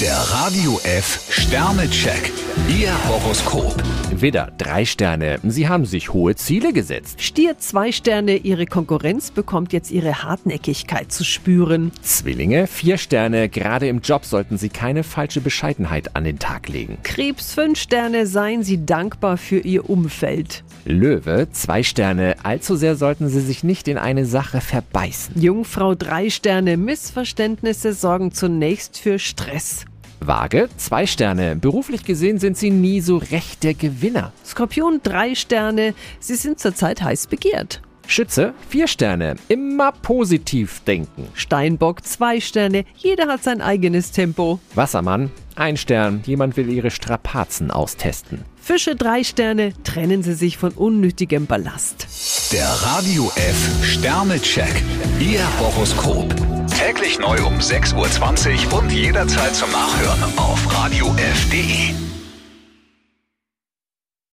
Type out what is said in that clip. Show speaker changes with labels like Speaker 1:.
Speaker 1: Der Radio F Sternecheck. Ihr Horoskop.
Speaker 2: Widder, drei Sterne. Sie haben sich hohe Ziele gesetzt.
Speaker 3: Stier zwei Sterne, Ihre Konkurrenz bekommt jetzt Ihre Hartnäckigkeit zu spüren.
Speaker 2: Zwillinge, vier Sterne. Gerade im Job sollten Sie keine falsche Bescheidenheit an den Tag legen.
Speaker 3: Krebs fünf Sterne, seien Sie dankbar für Ihr Umfeld.
Speaker 2: Löwe, zwei Sterne. Allzu sehr sollten Sie sich nicht in eine Sache verbeißen.
Speaker 3: Jungfrau drei Sterne, Missverständnisse sorgen zunächst für Stress.
Speaker 2: Waage, zwei Sterne. Beruflich gesehen sind Sie nie so recht der Gewinner.
Speaker 3: Skorpion drei Sterne, Sie sind zurzeit heiß begehrt.
Speaker 2: Schütze, vier Sterne. Immer positiv denken.
Speaker 3: Steinbock zwei Sterne, jeder hat sein eigenes Tempo.
Speaker 2: Wassermann, ein Stern. Jemand will Ihre Strapazen austesten.
Speaker 3: Fische drei Sterne, trennen Sie sich von unnötigem Ballast.
Speaker 1: Der Radio F Sternecheck. Ihr Horoskop. Täglich neu um 6.20 Uhr und jederzeit zum Nachhören auf Radio radiof.de.